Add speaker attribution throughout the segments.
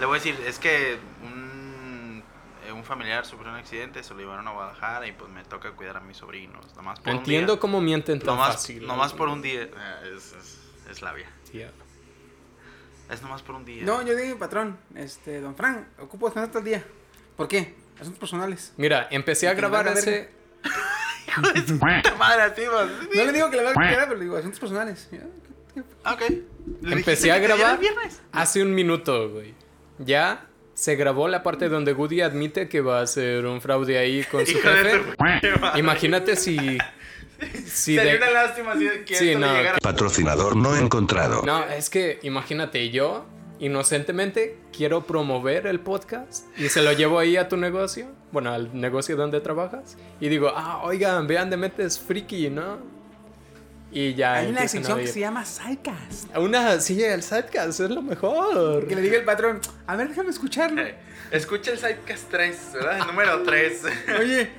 Speaker 1: Le voy a decir, es que un, eh, un familiar sufrió un accidente, se lo llevaron a Guadalajara y pues me toca cuidar a mis sobrinos. Nomás por
Speaker 2: Entiendo
Speaker 1: un día.
Speaker 2: cómo mienten tan
Speaker 1: nomás,
Speaker 2: fácil.
Speaker 1: nomás por un día. Eh, Es, es, es labia.
Speaker 2: Yeah.
Speaker 1: Es nomás por un día.
Speaker 3: No, yo dije, patrón, este, don Frank, ocupo descansar todo el día. ¿Por qué? Asuntos personales.
Speaker 2: Mira, empecé a
Speaker 3: Y que le
Speaker 2: grabar
Speaker 3: valga
Speaker 2: hace...
Speaker 3: verga.
Speaker 1: Puta madre, así, pues.
Speaker 3: No le digo que le va a quedar, pero le digo, asuntos personales. Ya, ¿qué- qué-
Speaker 1: Ah, Ok. Le dijiste
Speaker 2: Empecé a
Speaker 1: que te diera
Speaker 2: grabar
Speaker 1: el viernes.
Speaker 2: hace un minuto, güey. Ya se grabó la parte donde Woody admite que va a hacer un fraude ahí con su
Speaker 1: Hijo de
Speaker 2: jefe.
Speaker 1: tu pinche madre.
Speaker 2: Imagínate si... si
Speaker 1: Sería
Speaker 2: de-
Speaker 1: una lástima si que
Speaker 2: Sí,
Speaker 1: esto le
Speaker 2: no.
Speaker 1: llegara.
Speaker 4: Patrocinador no encontrado.
Speaker 2: No, es que imagínate, yo inocentemente quiero promover el podcast y se lo llevo ahí a tu negocio, bueno, al negocio donde trabajas, y digo, ah, oigan, vean de mentes friki, ¿no? Y
Speaker 1: Ah,
Speaker 2: ya.
Speaker 3: Hay una
Speaker 2: empiezan a
Speaker 3: sección que
Speaker 2: oír.
Speaker 3: se llama Sidecast.
Speaker 2: Una silla del sidecast, es lo mejor.
Speaker 3: Que le diga el patrón, a ver, déjame escucharlo.
Speaker 1: Eh, Escucha el Sidecast 3, ¿verdad? El número 3.
Speaker 3: Oye,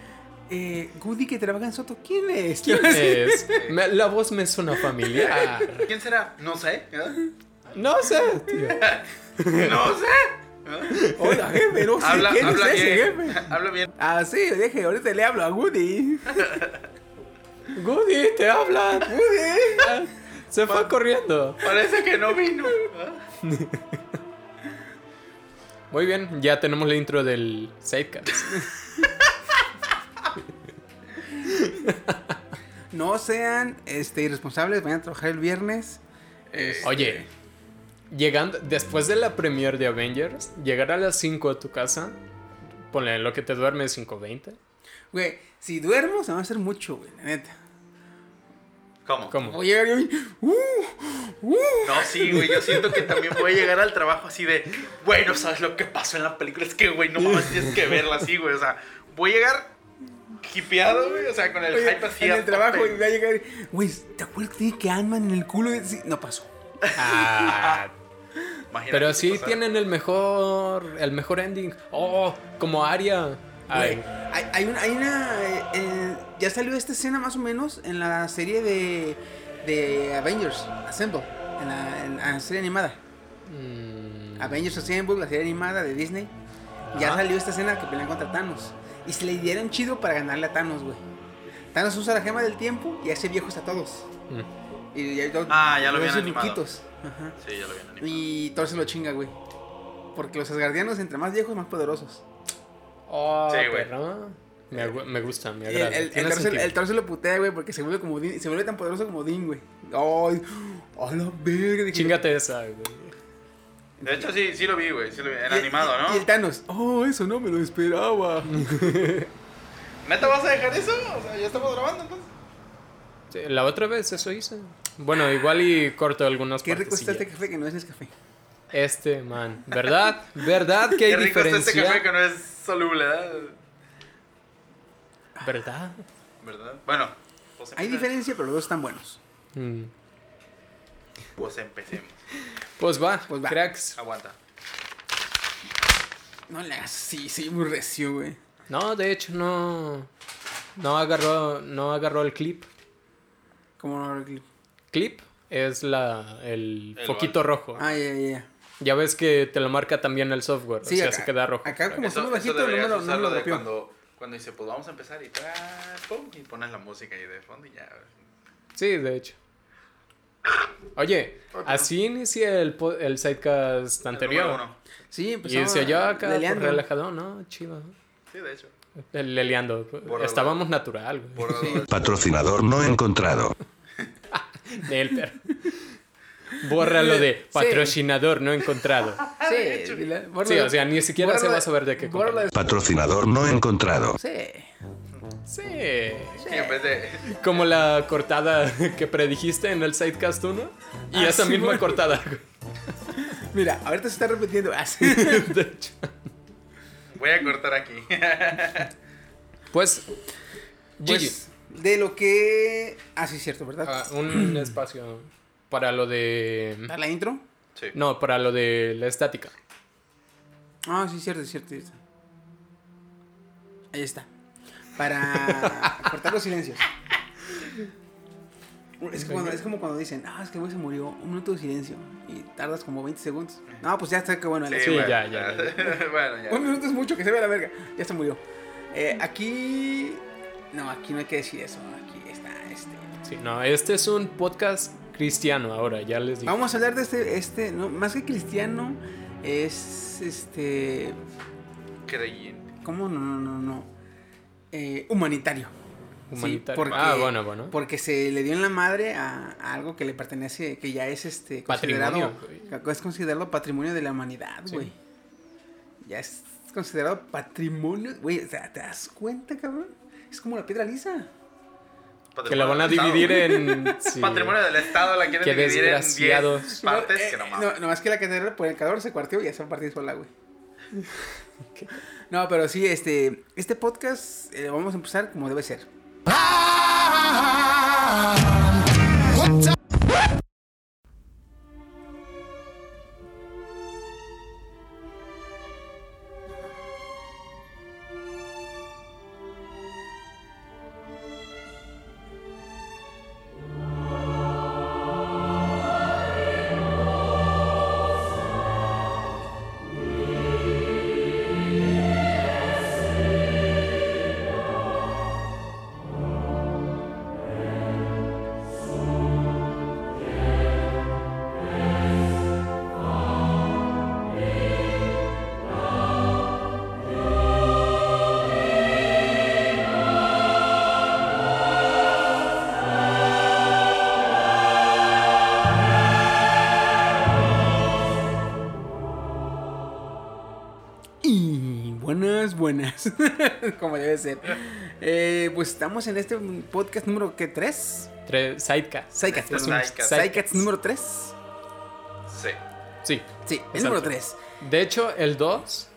Speaker 3: eh, Goody que trabaja en Soto, ¿quién es?
Speaker 2: ¿Quién es? Me- la voz me suena familiar.
Speaker 1: ¿Quién será? No sé. ¿verdad?
Speaker 2: No sé, tío.
Speaker 1: No sé.
Speaker 3: Hola, jefe, no sé
Speaker 1: Habla,
Speaker 3: quién
Speaker 1: habla
Speaker 3: es ese
Speaker 1: bien.
Speaker 3: jefe.
Speaker 1: Habla bien.
Speaker 3: Ah, sí, deje, ahorita le hablo a Goody.
Speaker 2: Goody, te hablan. Goody. Se fue corriendo.
Speaker 1: Parece que no vino. ¿verdad?
Speaker 2: Muy bien, ya tenemos la intro del sidecast.
Speaker 3: No sean este, irresponsables, vayan a trabajar el viernes. Este,
Speaker 1: Eh,
Speaker 2: Oye, llegando después de la premiere de Avengers, llegar a las 5 a tu casa, ponle lo que te duerme 5:20.
Speaker 3: Güey, si duermo se me va a hacer mucho, güey, la neta.
Speaker 1: ¿Cómo?
Speaker 2: ¿Cómo?
Speaker 3: Voy a llegar y... ¡Uh! ¡Uh!
Speaker 1: No, sí, güey. Yo siento que también voy a llegar al trabajo así de, güey, no sabes lo que pasó en la película. Es que, güey, no mames, tienes que verla así, güey. O sea, voy a llegar hipeado, güey. O sea, con el
Speaker 3: Oye,
Speaker 1: hype así.
Speaker 3: en
Speaker 1: a
Speaker 3: el trabajo
Speaker 1: tope.
Speaker 3: y voy a llegar y... Güey, ¿te acuerdas que dije que Ant-Man en el culo? de- Sí, no pasó.
Speaker 2: Ah,
Speaker 1: Imagínate
Speaker 2: pero
Speaker 1: qué
Speaker 2: sí
Speaker 1: pasará.
Speaker 2: tienen el mejor el mejor ending. Oh, como Aria. Ay,
Speaker 3: Güey, hay, hay una. hay una, eh, eh, ya salió esta escena más o menos en la serie de, de Avengers Assemble. En la, en la serie animada.
Speaker 2: mm,
Speaker 3: Avengers Assemble, la serie animada de Disney. Ya
Speaker 2: Ajá.
Speaker 3: salió esta escena que pelean contra Thanos. Y se le dieron chido para ganarle a Thanos, güey. Thanos usa la gema del tiempo y hace viejos a todos.
Speaker 2: mm.
Speaker 3: Y, ya-
Speaker 1: Ah, ya lo
Speaker 3: y
Speaker 1: habían
Speaker 3: hace
Speaker 1: animado.
Speaker 3: ruquitos. Ajá.
Speaker 1: Sí, ya lo habían animado.
Speaker 3: Y Thor se lo chinga, güey. Porque los asgardianos, entre más viejos, más poderosos.
Speaker 2: Oh,
Speaker 1: Sí, güey.
Speaker 2: perro. Me, agu- me gusta, me
Speaker 3: El,
Speaker 2: agrada.
Speaker 3: el, el
Speaker 2: Tiene
Speaker 3: Thor se-
Speaker 2: sentido.
Speaker 3: el Thor se lo putea, güey, porque se vuelve como Odín- se vuelve tan poderoso como Odín, güey. Ay, a la verga. dije,
Speaker 2: Chingate esa, güey.
Speaker 1: De hecho, sí, sí lo vi, güey. Sí lo vi. En
Speaker 3: y-
Speaker 1: animado,
Speaker 3: Y el
Speaker 1: ¿no?
Speaker 3: Thanos, oh, eso no me lo esperaba.
Speaker 1: ¿Neta vas a dejar eso? O sea, ya estamos grabando, entonces.
Speaker 2: Sí, La otra vez eso hice. Bueno, igual y corto algunas
Speaker 3: Qué rico está
Speaker 2: partecillas.
Speaker 3: este café que no es Nescafé.
Speaker 2: Este man, ¿verdad? ¿Verdad que hay
Speaker 1: Qué rico está
Speaker 2: diferencia?
Speaker 1: este café que no es soluble, ¿verdad?
Speaker 2: ¿Verdad?
Speaker 1: ¿Verdad? Bueno, pues
Speaker 3: Hay
Speaker 1: empecemos.
Speaker 3: diferencia, pero los dos están buenos.
Speaker 2: Mm.
Speaker 1: Pues empecemos.
Speaker 2: Pues va,
Speaker 3: Pues va.
Speaker 2: cracks.
Speaker 1: Aguanta.
Speaker 3: No le hagas así, sí, muy recio, güey.
Speaker 2: No, de hecho no no agarró no agarró el clip.
Speaker 3: Como no clip.
Speaker 2: Clip es la el,
Speaker 1: El
Speaker 2: foquito rojo.
Speaker 3: Ah, ya, ya, ya.
Speaker 2: Ya ves que te lo marca también el software,
Speaker 3: Sí,
Speaker 2: o sea,
Speaker 3: acá-
Speaker 2: se queda rojo.
Speaker 3: acá como-
Speaker 1: Eso,
Speaker 3: estamos
Speaker 1: eso
Speaker 3: bajito,
Speaker 1: deberías
Speaker 3: no me lo- no me
Speaker 1: usarlo
Speaker 3: lo
Speaker 1: de
Speaker 3: copió.
Speaker 1: cuando, cuando dice, pues vamos a empezar y, tra, pum, y pones la música ahí de fondo y ya.
Speaker 2: Sí, de hecho. Oye, así inicié el, po- el sidecast
Speaker 1: El
Speaker 2: anterior.
Speaker 1: número uno.
Speaker 3: Sí,
Speaker 2: y
Speaker 3: empezamos.
Speaker 2: se yo acá pues,
Speaker 3: leleando.
Speaker 2: relajado, no, chido.
Speaker 1: Sí, de hecho.
Speaker 2: Leleando.
Speaker 1: Bórralo.
Speaker 2: Estábamos natural, güey.
Speaker 1: Por
Speaker 4: Patrocinador no encontrado.
Speaker 2: Del perro. Bórralo de
Speaker 3: Sí.
Speaker 2: patrocinador no encontrado.
Speaker 3: Ah, Sí, dile,
Speaker 2: Sí,
Speaker 3: bórralo.
Speaker 2: o sea, ni siquiera se
Speaker 3: Bórralo-
Speaker 2: va a saber de qué
Speaker 3: bórralo
Speaker 2: compañía.
Speaker 4: Patrocinador no encontrado.
Speaker 3: Sí.
Speaker 2: Sí.
Speaker 1: en vez de.
Speaker 2: Como la cortada que predijiste en el Sidecast 1. Y
Speaker 3: Ah,
Speaker 2: esa
Speaker 3: sí,
Speaker 2: misma
Speaker 3: güey.
Speaker 2: cortada. güey.
Speaker 3: Mira, ahorita se está repitiendo. Ah, Así.
Speaker 2: De hecho.
Speaker 1: Voy a cortar aquí.
Speaker 2: Pues,
Speaker 3: Pues, de lo que. Ah, sí, es cierto, ¿verdad?
Speaker 2: Ah, un espacio para lo de...
Speaker 3: ¿Dar la intro?
Speaker 1: Sí.
Speaker 2: No, para lo de la estática.
Speaker 3: Ah, sí, cierto, cierto, cierto. Ahí está. Para cortar los silencios. Es, que cuando- es como cuando dicen, ah, es que el güey se murió, un minuto de silencio. Y tardas como 20 segundos. No, pues ya está que bueno. la
Speaker 2: Sí,
Speaker 3: chingada.
Speaker 2: ya, ya,
Speaker 1: bueno, ya.
Speaker 3: Un minuto es mucho, que se vea la verga. Ya se murió. Eh, aquí. No, aquí no hay que decir eso. Aquí está este.
Speaker 2: Sí, no, este es un podcast cristiano ahora, ya les
Speaker 1: Ah,
Speaker 2: digo.
Speaker 3: Vamos a hablar de este. este no, más que cristiano, es este.
Speaker 1: Creyente.
Speaker 3: ¿Cómo? No, no, no, no. Eh, humanitario. Sí,
Speaker 2: Humanitario. ah, bueno, bueno.
Speaker 3: Porque se le dio en la madre a, a algo que le pertenece, que ya es este
Speaker 2: Patrimonio,
Speaker 3: considerado- Es considerado patrimonio de la humanidad,
Speaker 2: Sí.
Speaker 3: güey. Ya es considerado patrimonio, güey. O sea, ¿te das cuenta, cabrón? Es como la piedra lisa.
Speaker 2: que la van a
Speaker 1: del Estado,
Speaker 2: dividir
Speaker 1: güey.
Speaker 2: en. sí.
Speaker 1: Patrimonio del Estado la quieren
Speaker 2: Qué
Speaker 1: dividir en 10
Speaker 2: desgraciados.
Speaker 1: partes.
Speaker 3: Eh,
Speaker 1: que no
Speaker 3: eh,
Speaker 1: mames.
Speaker 3: no, nomás que la catedral por el calor se cuarteó y ya se va a partir sola, güey. No, pero sí, este, este podcast eh, vamos a empezar como debe ser. Y buenas, buenas. Como debe ser. Eh, pues estamos en este podcast número que 3.
Speaker 2: Tres, sidecast.
Speaker 3: Psycats,
Speaker 1: Este es
Speaker 3: perdón.
Speaker 1: Psycats.
Speaker 3: Psycats número 3.
Speaker 1: Sí.
Speaker 2: Sí.
Speaker 3: Sí, el
Speaker 2: Exacto.
Speaker 3: número 3.
Speaker 2: De hecho, el 2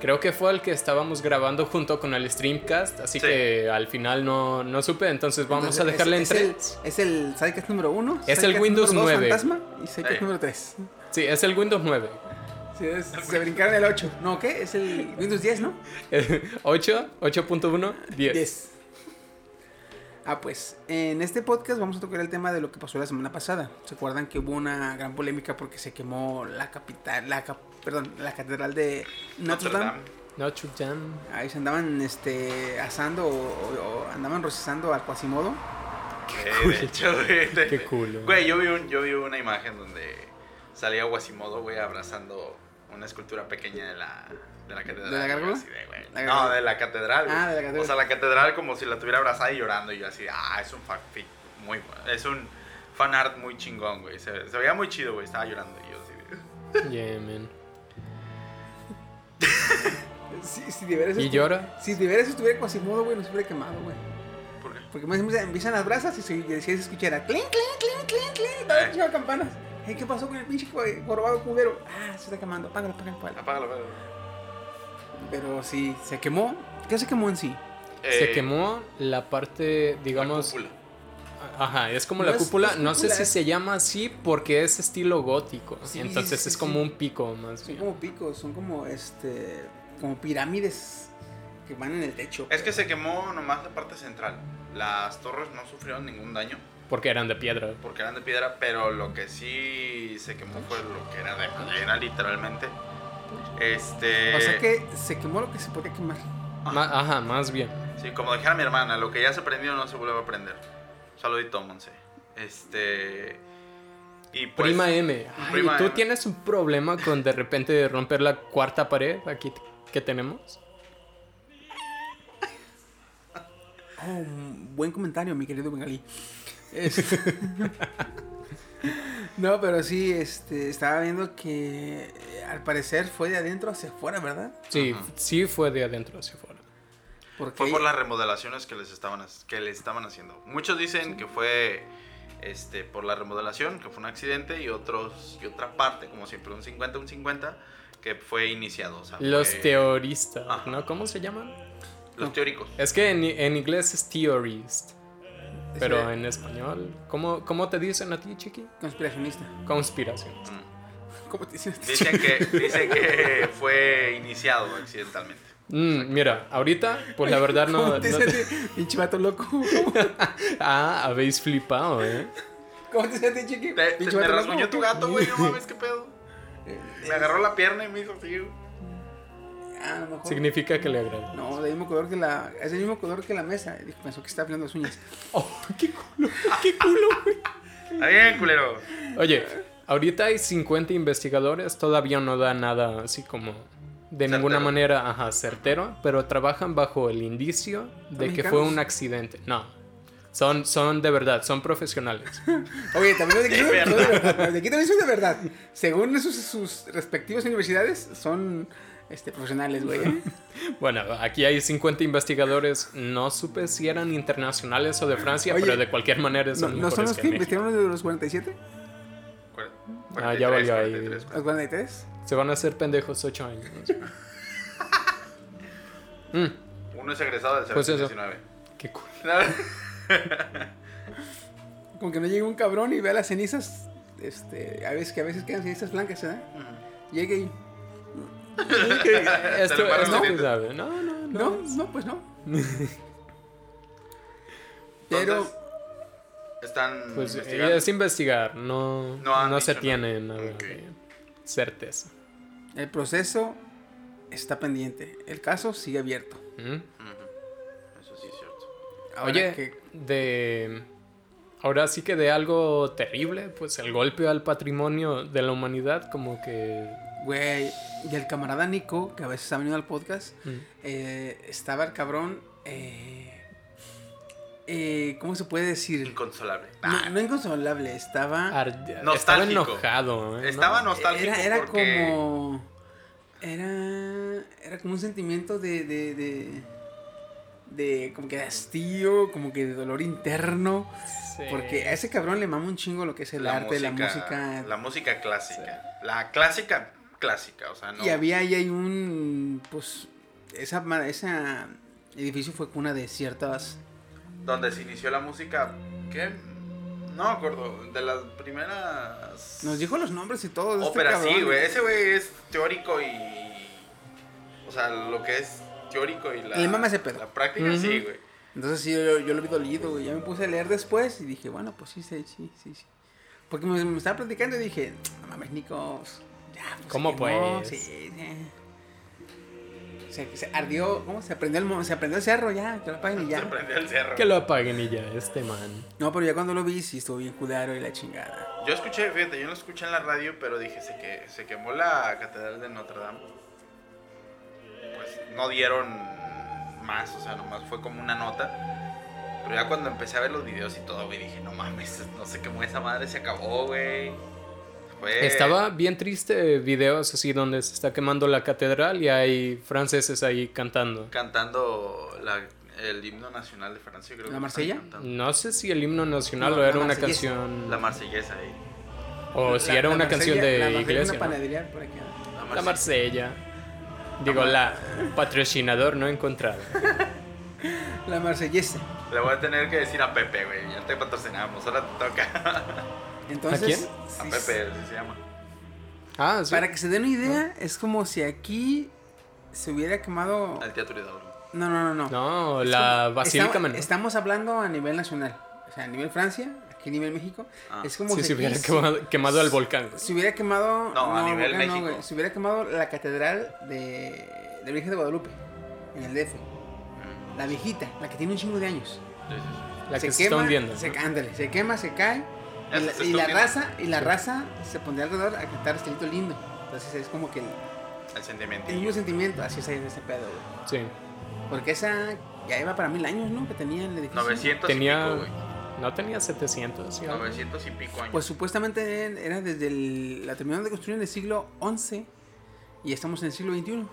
Speaker 2: creo que fue el que estábamos grabando junto con el Streamcast, así
Speaker 1: Sí.
Speaker 2: que al final no, no supe, entonces vamos
Speaker 3: Entonces,
Speaker 2: a dejarle
Speaker 3: es,
Speaker 2: entre.
Speaker 3: Es el, es el Psycats número 1.
Speaker 2: Es el Windows 9.
Speaker 3: Fantasma y Psycats
Speaker 1: Sí.
Speaker 3: número 3.
Speaker 2: Sí, es el Windows 9.
Speaker 3: Sí, es- se brincaron el 8. No, ¿qué? Es el Windows 10, ¿no?
Speaker 2: Eh, 8, 8.1, 10.
Speaker 3: 10. Ah, pues, en este podcast vamos a tocar el tema de lo que pasó la semana pasada. ¿Se acuerdan que hubo una gran polémica porque se quemó la capital, la cap- perdón, la catedral de Notre Dame?
Speaker 2: Notre Dame.
Speaker 3: Ahí se andaban este, asando o, o- o andaban rocizando al Quasimodo.
Speaker 1: Sí, de hecho, güey. de-
Speaker 2: Qué culo.
Speaker 1: Güey, yo vi, un, yo vi una imagen donde salía Guasimodo, güey, abrazando una escultura pequeña de la, de la catedral.
Speaker 3: ¿De la gárgola?
Speaker 1: así de, güey.
Speaker 3: La
Speaker 1: no,
Speaker 3: gárgola.
Speaker 1: de la catedral, güey.
Speaker 3: Ah, de la catedral.
Speaker 1: O sea, la catedral como si la tuviera abrazada y llorando. Y yo así, ah, es un fanfic muy bueno. Es un fanart muy chingón, güey. Se, se veía muy chido, güey. Estaba llorando. Y yo así, de-
Speaker 2: Yeah, man.
Speaker 3: Si, si de veras
Speaker 2: ¿Y
Speaker 3: estu-
Speaker 2: llora?
Speaker 3: Si de veras estuviera Quasimodo, güey, nos hubiera quemado, güey.
Speaker 1: ¿por qué?
Speaker 3: Porque más empiezan, empiezan las brasas y se, y se escuchara clink, clink, clink, clink, clink, todas las pinches campanas. Ey, ¿Qué pasó con el pinche cua- jorobado culero? Ah, se está quemando, apágalo, apágalo, apágalo.
Speaker 1: Apágalo, apágalo.
Speaker 3: Pero sí, se quemó. ¿Qué se quemó en sí?
Speaker 2: Se
Speaker 1: Eh,
Speaker 2: quemó la parte,
Speaker 1: la
Speaker 2: digamos.
Speaker 1: cúpula.
Speaker 2: Ajá, es como
Speaker 3: No
Speaker 2: la
Speaker 3: es-
Speaker 2: cúpula.
Speaker 3: no es
Speaker 2: No sé
Speaker 3: cúpula,
Speaker 2: si
Speaker 3: es-
Speaker 2: se llama así porque es estilo gótico.
Speaker 3: Sí,
Speaker 2: entonces
Speaker 3: sí,
Speaker 2: es
Speaker 3: sí.
Speaker 2: como un pico más
Speaker 3: Son
Speaker 2: bien.
Speaker 3: como picos, son como este. como pirámides que van en el techo.
Speaker 1: Es que se quemó nomás la parte central. Las torres no sufrieron ningún daño.
Speaker 2: Porque eran de piedra.
Speaker 1: porque eran de piedra, pero lo que sí se quemó fue lo que era de madera, literalmente. Este.
Speaker 3: O sea que se quemó lo que se podía quemar.
Speaker 1: Ah.
Speaker 2: Ma- ajá, más bien.
Speaker 1: Sí, como dijera mi hermana, lo que ya se aprendió no se vuelve a aprender. Saludito, Monse. Este. Y pues.
Speaker 2: Prima M. Ay,
Speaker 1: Prima
Speaker 2: ¿Tú
Speaker 1: M.
Speaker 2: tienes un problema con de repente romper la cuarta pared aquí t- que tenemos?
Speaker 3: Oh, un buen comentario, mi querido Bengalí. Es- no, pero sí, este, estaba viendo que eh, al parecer fue de adentro hacia afuera, ¿verdad?
Speaker 2: Sí,
Speaker 1: Ajá.
Speaker 2: sí fue de adentro hacia afuera.
Speaker 3: Porque
Speaker 1: Fue por las remodelaciones que les estaban, que le estaban haciendo. Muchos dicen que fue este, por la remodelación, que fue un accidente, y otros y otra parte, como siempre, un 50, un 50, que fue iniciado. o sea,
Speaker 2: Los
Speaker 1: fue-
Speaker 2: teoristas,
Speaker 1: Ajá.
Speaker 2: ¿no? ¿Cómo se llaman?
Speaker 1: los teóricos.
Speaker 2: Es que en, en inglés es theorist. Pero
Speaker 3: Sí.
Speaker 2: en español, ¿cómo, ¿cómo te dicen a ti, chiqui?
Speaker 3: Conspiracionista.
Speaker 2: Conspiración.
Speaker 1: Mm.
Speaker 3: ¿Cómo te dicen?
Speaker 1: Dicen que, dicen que fue iniciado accidentalmente.
Speaker 2: Mm, mira, ahorita, pues la verdad no.
Speaker 3: ¿Cómo te
Speaker 2: no-
Speaker 3: sientes, pinche vato loco?
Speaker 2: Ah, habéis flipado, ¿eh?
Speaker 3: ¿Cómo te sientes, chiqui?
Speaker 1: Te, te-
Speaker 3: Pinche
Speaker 1: me
Speaker 3: vato loco.
Speaker 1: rasguñó tu gato, güey, no mames, qué pedo. Me agarró la pierna y me hizo así, güey.
Speaker 3: Ah, a lo mejor.
Speaker 2: Significa que le agrada.
Speaker 3: No, del mismo color que la. Es del mismo color que la mesa. Dijo, Pensó que estaba afilando las uñas.
Speaker 2: Oh, qué culo, qué culo, güey.
Speaker 1: Está bien, culero.
Speaker 2: Oye, ahorita hay 50 investigadores, todavía no da nada así como de
Speaker 1: Certero.
Speaker 2: ninguna manera, ajá, certero, pero trabajan bajo el indicio de que fue
Speaker 3: mexicanos?
Speaker 2: un accidente. No. Son, son de verdad, son profesionales.
Speaker 3: Oye, también los de
Speaker 1: De
Speaker 3: aquí, son, son de verdad. Los de aquí también son de verdad. Según sus, sus respectivas universidades, son este, profesionales, güey. ¿eh?
Speaker 2: Bueno, aquí hay 50 investigadores, no supe si eran internacionales o de Francia,
Speaker 3: Oye,
Speaker 2: pero de cualquier manera
Speaker 3: ¿No,
Speaker 2: son
Speaker 3: no
Speaker 2: mejores
Speaker 3: son los que
Speaker 2: en México.
Speaker 3: investigaron los de los 47?
Speaker 1: Cuar-
Speaker 2: Ah, ya
Speaker 1: 43,
Speaker 2: valió ahí.
Speaker 1: 43,
Speaker 3: ¿Los 43?
Speaker 2: Se van a hacer pendejos 8 años. Mm,
Speaker 1: Uno es egresado del
Speaker 2: Pues eso.
Speaker 1: 19.
Speaker 2: qué cool.
Speaker 3: Como que no llegue un cabrón y vea las cenizas. Este, a veces que a veces quedan cenizas blancas, ¿verdad? Llegue y.
Speaker 2: Esto,
Speaker 1: embarran
Speaker 2: esto
Speaker 1: los
Speaker 2: que
Speaker 1: dientes.
Speaker 2: sabe. No, no, no.
Speaker 3: No, no, pues no. Pero.
Speaker 1: Entonces, Están
Speaker 2: Pues
Speaker 1: investigando.
Speaker 2: es investigar, no,
Speaker 1: No
Speaker 2: no,
Speaker 1: han
Speaker 2: se
Speaker 1: dicho
Speaker 2: tiene
Speaker 1: nada.
Speaker 2: nada
Speaker 1: Ok.
Speaker 2: de certeza.
Speaker 3: El proceso está pendiente. El caso sigue abierto.
Speaker 2: ¿Mm?
Speaker 1: Ujú. Eso sí es cierto.
Speaker 3: Ahora
Speaker 2: Oye,
Speaker 3: que-
Speaker 2: de... Ahora sí que de algo terrible, pues el golpe al patrimonio de la humanidad, como que...
Speaker 3: güey, y el camarada Nico, que a veces ha venido al podcast,
Speaker 2: mm,
Speaker 3: eh, estaba el cabrón. eh, eh, ¿Cómo se puede decir?
Speaker 1: Inconsolable.
Speaker 3: No, no inconsolable, estaba.
Speaker 2: ar- Estaba
Speaker 1: Nostálgico.
Speaker 2: enojado. ¿eh? ¿No?
Speaker 1: Estaba nostálgico
Speaker 3: Era, era
Speaker 1: porque-
Speaker 3: como. Era. Era como un sentimiento de. de, de de como que de hastío, como que de dolor interno,
Speaker 2: Sí.
Speaker 3: porque a ese cabrón le mama un chingo lo que es el arte, la música,
Speaker 1: La música clásica. La clásica, clásica. O sea, no.
Speaker 3: Y había ahí hay un. Pues. Esa, ma- esa edificio fue cuna de ciertas.
Speaker 1: Donde se inició la música. ¿Qué? No me acuerdo. De las primeras.
Speaker 3: Nos dijo los nombres y todo. de este
Speaker 1: Ópera, sí,
Speaker 3: cabrón.
Speaker 1: güey. Ese güey es teórico y. O sea, lo que es teórico y la.
Speaker 3: Le mama ese pedo.
Speaker 1: La práctica,
Speaker 2: Ujú.
Speaker 1: sí, güey.
Speaker 3: Entonces sí, yo, yo lo vi dolido, güey. Ya me puse a leer después y dije, bueno, pues sí, sí, sí, sí. sí. Porque me, me estaba platicando y dije, no mames, Nicos. Ya, pues, se
Speaker 2: ¿Cómo
Speaker 3: quemó,
Speaker 2: pues?
Speaker 3: Sí, sí. Se, se ardió, ¿cómo? Se aprendió el, mo- se aprendió el cerro ya, que lo apaguen y
Speaker 1: Se
Speaker 3: ya.
Speaker 1: prendió el cerro.
Speaker 2: Que lo apaguen y ya, este man.
Speaker 3: No, pero ya cuando lo vi, sí estuvo bien culero y la chingada.
Speaker 1: Yo escuché, fíjate, yo no escuché en la radio, pero dije, se, que, se quemó la catedral de Notre Dame. Pues no dieron más, o sea, nomás fue como una nota. Pero ya cuando empecé a ver los videos y todo, güey, dije, no mames, no sé quemó esa madre, se acabó, güey. Fue-
Speaker 2: Estaba bien triste eh, videos así donde se está quemando la catedral y hay franceses ahí cantando.
Speaker 1: cantando la- el himno nacional de Francia, creo.
Speaker 3: ¿La
Speaker 1: que lo
Speaker 3: Marsella?
Speaker 1: estaban cantando.
Speaker 2: No sé si el himno nacional
Speaker 3: No,
Speaker 2: o
Speaker 3: la
Speaker 2: era una
Speaker 3: marsellesa.
Speaker 2: canción.
Speaker 1: La marsellesa ahí.
Speaker 2: o si
Speaker 3: La-
Speaker 2: era
Speaker 3: la
Speaker 2: una canción
Speaker 3: Marsella-
Speaker 2: de
Speaker 3: la Marsella,
Speaker 2: iglesia.
Speaker 3: Una
Speaker 2: ¿no?
Speaker 3: panadería por aquí.
Speaker 1: La
Speaker 3: ¿no?
Speaker 2: La
Speaker 1: Marsella.
Speaker 2: Marsella. Digo, la patrocinador no encontrado.
Speaker 3: La marsellesa.
Speaker 1: Le voy a tener que decir a Pepe, güey, ya te patrocinamos, ahora te toca.
Speaker 3: Entonces,
Speaker 2: quién?
Speaker 1: A
Speaker 3: sí,
Speaker 1: Pepe, así se llama.
Speaker 2: Ah, sí.
Speaker 3: Para que se den una idea, es como si aquí se hubiera quemado.
Speaker 1: Al teatro Hidalgo.
Speaker 3: No, no, no, no.
Speaker 2: No,
Speaker 3: Es
Speaker 2: la
Speaker 3: como-
Speaker 2: Basílica
Speaker 3: estamos,
Speaker 2: Menor.
Speaker 3: estamos hablando a nivel nacional. O sea, a nivel Francia, aquí a nivel México.
Speaker 1: Ah.
Speaker 3: Es como
Speaker 2: Sí,
Speaker 3: si
Speaker 2: se
Speaker 3: aquí
Speaker 2: hubiera
Speaker 3: se-
Speaker 2: quemado, quemado al volcán.
Speaker 3: se hubiera quemado.
Speaker 1: No, a nivel
Speaker 3: volcán
Speaker 1: México.
Speaker 3: güey. se hubiera quemado la catedral de, de Virgen de Guadalupe, en el DF.
Speaker 1: Mm.
Speaker 3: La viejita, la que tiene un chingo de años.
Speaker 1: Sí, sí, sí.
Speaker 2: La que se está hundiendo.
Speaker 3: Se,
Speaker 2: ¿no?
Speaker 3: ándale, se quema, se cae.
Speaker 1: Ya se
Speaker 3: Y la,
Speaker 1: está
Speaker 3: y la
Speaker 1: hundiendo.
Speaker 3: raza, y la raza se pondría alrededor a cantar Estelito Lindo. Entonces es como que el,
Speaker 1: El sentimiento.
Speaker 3: el mismo sentimiento, así es ahí en ese pedo, güey.
Speaker 2: Sí.
Speaker 3: Porque esa ya iba para mil años, ¿no? Que tenía el edificio.
Speaker 1: 900
Speaker 2: Tenía-
Speaker 1: y pico, güey.
Speaker 2: No tenía 700. ¿sí?
Speaker 1: 900 y pico años.
Speaker 3: Pues supuestamente en- era desde el- la terminaron de construir en el siglo XI y estamos en el siglo XXI.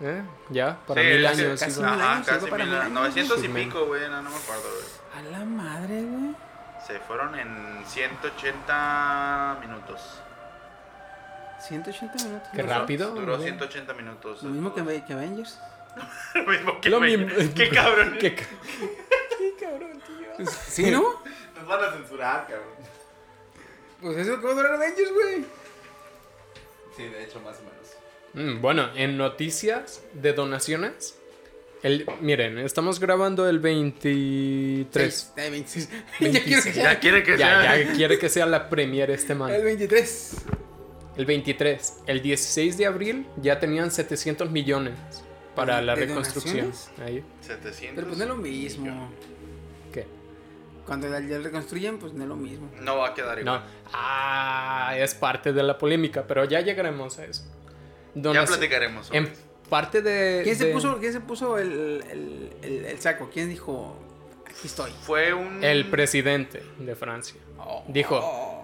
Speaker 2: ¿Eh? Ya, para
Speaker 1: Sí,
Speaker 2: mil
Speaker 1: casi-
Speaker 2: años.
Speaker 3: casi
Speaker 2: sí,
Speaker 3: mil
Speaker 2: ¿no?
Speaker 1: Ajá,
Speaker 3: años,
Speaker 1: casi
Speaker 3: llegó para
Speaker 1: mil
Speaker 3: mil
Speaker 1: años.
Speaker 3: años.
Speaker 1: 900 y
Speaker 2: Sí,
Speaker 1: pico, güey, no, no me acuerdo, güey.
Speaker 3: A la madre, güey.
Speaker 1: Se fueron en 180 minutos.
Speaker 3: 180 minutos.
Speaker 2: Qué
Speaker 3: ¿no?
Speaker 2: rápido.
Speaker 1: Duró
Speaker 2: güey.
Speaker 1: 180 minutos.
Speaker 3: Lo mismo que, Ave- que Avengers.
Speaker 1: Lo mismo que
Speaker 2: Lo
Speaker 1: Avengers.
Speaker 2: mismo.
Speaker 1: Qué cabrón.
Speaker 2: Qué ca- Qué cabrón, tío.
Speaker 3: ¿Sí, no?
Speaker 1: Nos van a censurar, cabrón.
Speaker 3: Pues eso es lo que va a durar Avengers, güey.
Speaker 1: Sí, de hecho, más o menos.
Speaker 2: Mm, Bueno, en noticias de donaciones, el, miren, estamos grabando el 23.
Speaker 3: Seis, eh, 26. ya quiero que sea.
Speaker 1: Ya quiere que
Speaker 2: ya,
Speaker 1: sea.
Speaker 2: ya quiere que sea la premier este man.
Speaker 3: El 23.
Speaker 2: El 23. El 16 de abril ya tenían 700 millones para
Speaker 3: ¿De-
Speaker 2: la
Speaker 3: de
Speaker 2: reconstrucción.
Speaker 3: donaciones?
Speaker 2: Ahí.
Speaker 1: 700.
Speaker 3: Pero pues no es lo mismo.
Speaker 1: millones.
Speaker 2: ¿Qué?
Speaker 3: Cuando la- ya reconstruyen, pues no es lo mismo.
Speaker 1: No va a quedar
Speaker 2: No.
Speaker 1: igual.
Speaker 2: Ah, es parte de la polémica, pero ya llegaremos a eso.
Speaker 1: ya
Speaker 2: Donaci-
Speaker 1: platicaremos. sobre
Speaker 2: En
Speaker 1: eso.
Speaker 2: parte de.
Speaker 3: ¿Quién se
Speaker 2: de-
Speaker 3: puso, quién se puso el, el, el- el saco? ¿Quién dijo, aquí estoy?
Speaker 1: Fue un.
Speaker 2: El presidente de Francia.
Speaker 3: Oh,
Speaker 2: Dijo.
Speaker 3: oh.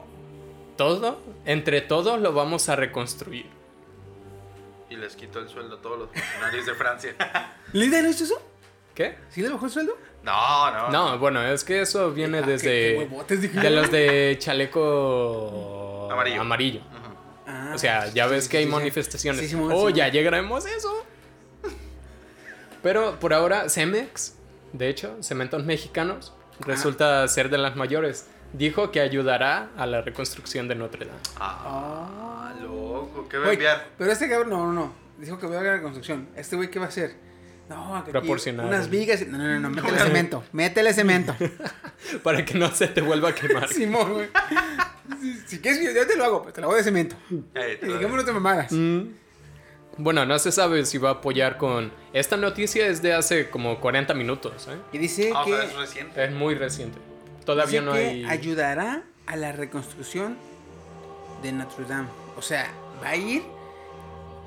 Speaker 2: Todo, entre todos lo vamos a reconstruir.
Speaker 1: Y les quitó el sueldo a todos los funcionarios de Francia.
Speaker 3: ¿Linda no hizo eso?
Speaker 2: ¿Qué?
Speaker 3: ¿Sí le bajó el sueldo?
Speaker 1: No, no.
Speaker 2: No, bueno, es que eso viene
Speaker 3: Ah, qué- qué
Speaker 2: desde.
Speaker 3: huevotes, dije
Speaker 2: De
Speaker 3: yo.
Speaker 2: los de chaleco.
Speaker 1: Amarillo. Ujú.
Speaker 3: Ah,
Speaker 2: O sea, ya
Speaker 3: sí,
Speaker 2: ves
Speaker 3: sí,
Speaker 2: que hay
Speaker 3: sí, sí.
Speaker 2: manifestaciones.
Speaker 3: Sí, Simón,
Speaker 2: oh,
Speaker 3: Simón.
Speaker 2: ya llegaremos a eso. Pero por ahora, Cemex, de hecho, Cementos Mexicanos,
Speaker 3: Ah.
Speaker 2: resulta ser de las mayores. Dijo que ayudará a la reconstrucción de Notre Dame.
Speaker 1: Ah, loco. ¿Qué va a
Speaker 3: Güey,
Speaker 1: enviar?
Speaker 3: pero este cabrón, no, no, no. Dijo que voy a la construcción. ¿Este güey qué va a hacer? No, que aquí
Speaker 2: Proporcionar.
Speaker 3: Unas vigas. y- No, no, no, no, métele cemento. Métele cemento.
Speaker 2: Para que no se te vuelva a quemar.
Speaker 3: Simón, güey. Si, si quieres, yo- yo te lo hago, pero te lo hago de cemento.
Speaker 1: Eh, te
Speaker 3: Y
Speaker 1: lo-
Speaker 3: dejémonos de mamadas.
Speaker 2: Bueno, no se sabe si va a apoyar con... Esta noticia es de hace como 40 minutos. ¿eh?
Speaker 3: Y dice
Speaker 1: Ah, o
Speaker 3: que,
Speaker 1: sea, es reciente.
Speaker 2: Es muy reciente. Todavía
Speaker 3: dice
Speaker 2: no
Speaker 3: que
Speaker 2: hay...
Speaker 3: ayudará a la reconstrucción de Notre Dame. O sea, va a ir.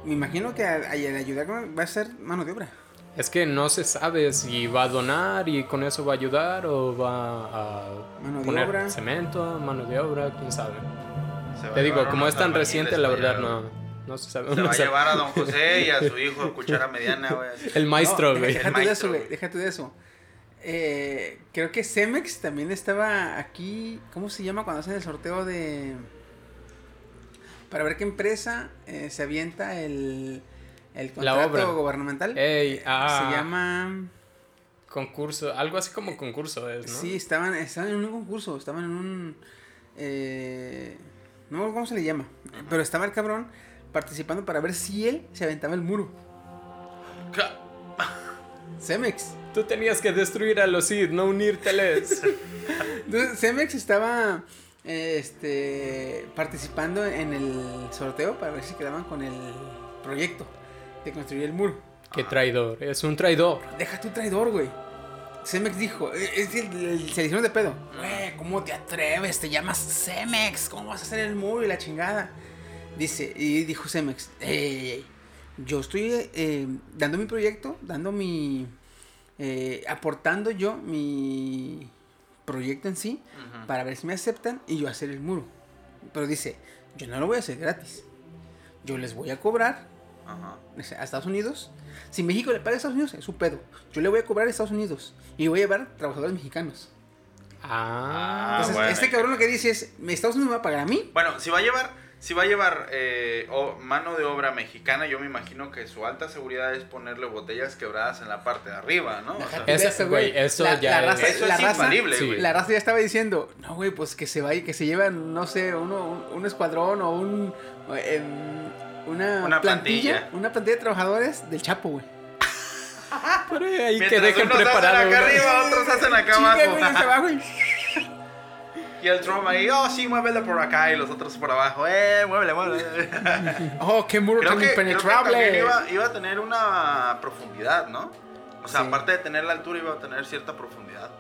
Speaker 3: Me imagino que a- a- al ayudar con- va a ser mano de obra.
Speaker 2: Es que no se sabe si va a donar y con eso va a ayudar o va a
Speaker 3: Mano de
Speaker 2: poner
Speaker 3: obra.
Speaker 2: cemento, mano de obra, quién sabe.
Speaker 1: Se va
Speaker 2: Te
Speaker 1: a
Speaker 2: digo,
Speaker 1: llevar
Speaker 2: como
Speaker 1: unos
Speaker 2: es tan
Speaker 1: albañiles
Speaker 2: reciente, la
Speaker 1: para
Speaker 2: verdad
Speaker 1: allá,
Speaker 2: no,
Speaker 1: güey.
Speaker 2: no se sabe.
Speaker 1: Se
Speaker 2: no
Speaker 1: va a
Speaker 2: sabe.
Speaker 1: llevar a don José y a su hijo, cuchara mediana, güey.
Speaker 2: El maestro,
Speaker 3: No,
Speaker 2: güey.
Speaker 3: deja-
Speaker 1: El
Speaker 3: Déjate de
Speaker 1: maestro,
Speaker 3: eso, güey.
Speaker 1: güey.
Speaker 3: Déjate de eso. Eh, creo que Cemex también estaba aquí. ¿Cómo se llama cuando hacen el sorteo de. Para ver qué empresa eh, se avienta el, el
Speaker 2: La
Speaker 3: contrato
Speaker 2: obra.
Speaker 3: gubernamental?
Speaker 2: Ey, ah.
Speaker 3: Se llama.
Speaker 2: Concurso, algo así como concurso es, Pues ¿no?
Speaker 3: Sí, estaban, estaban en un concurso, estaban en un... eh, no me acuerdo cómo se le llama, pero estaba el cabrón participando para ver si él se aventaba el muro.
Speaker 1: Ca-
Speaker 3: Cemex.
Speaker 2: Tú tenías que destruir a los Sith, no unírteles.
Speaker 3: Entonces, Cemex estaba eh, este, participando en el sorteo para ver si quedaban con el proyecto de construir el muro.
Speaker 2: Qué traidor, es un traidor.
Speaker 3: Deja tu traidor, güey. Cemex dijo, eh, es que el- el- se le hicieron de pedo. Güey, ¿cómo te atreves? Te llamas Cemex. ¿Cómo vas a hacer el muro y la chingada? Dice, y dijo Cemex, "Ey, ey, ey, yo estoy eh, eh, dando mi proyecto, dando mi... eh, aportando yo mi proyecto en sí
Speaker 1: Ujú.
Speaker 3: para ver si me aceptan y yo hacer el muro. Pero dice, yo no lo voy a hacer gratis. Yo les voy a cobrar
Speaker 1: Ajá.
Speaker 3: a Estados Unidos. Si México le paga a Estados Unidos, es su pedo. Yo le voy a cobrar a Estados Unidos y voy a llevar trabajadores mexicanos.
Speaker 2: Ah,
Speaker 1: Ah,
Speaker 3: Entonces,
Speaker 1: bueno.
Speaker 3: este cabrón lo que dice es: ¿me- Estados Unidos me va a pagar a mí.
Speaker 1: Bueno, si va a llevar, si va a llevar eh, o- mano de obra mexicana, yo me imagino que su alta seguridad es ponerle botellas quebradas en la parte de arriba, ¿no? O sea,
Speaker 2: Ese-
Speaker 3: Ya sé,
Speaker 2: güey, eso
Speaker 3: este la,
Speaker 2: ya
Speaker 3: la
Speaker 2: es-
Speaker 3: raza,
Speaker 1: eso
Speaker 3: la
Speaker 1: es
Speaker 3: raza-
Speaker 1: infalible,
Speaker 2: sí.
Speaker 1: güey.
Speaker 3: la raza ya estaba diciendo: No, güey, pues que se vaya, que se llevan, no sé, uno, un, un escuadrón o un. eh, una,
Speaker 1: Una
Speaker 3: plantilla,
Speaker 1: plantilla.
Speaker 3: Una plantilla de trabajadores del Chapo, güey.
Speaker 2: pero ahí que
Speaker 1: Ah. Mientras
Speaker 2: dejen
Speaker 1: unos hacen
Speaker 2: preparado.
Speaker 1: acá
Speaker 2: ¿no?
Speaker 1: arriba, otros hacen acá
Speaker 3: Chinga,
Speaker 1: abajo.
Speaker 3: güey, hasta abajo y-
Speaker 1: Y el Trump ahí, oh, sí, muévelo por acá y los otros por abajo. Eh, muévele, muévele.
Speaker 3: Oh, qué muro
Speaker 1: Creo
Speaker 3: tan
Speaker 1: que, creo que también
Speaker 3: impenetrable.
Speaker 1: iba, iba a tener una profundidad, ¿no? O sea,
Speaker 3: Sí.
Speaker 1: aparte de tener la altura, iba a tener cierta profundidad.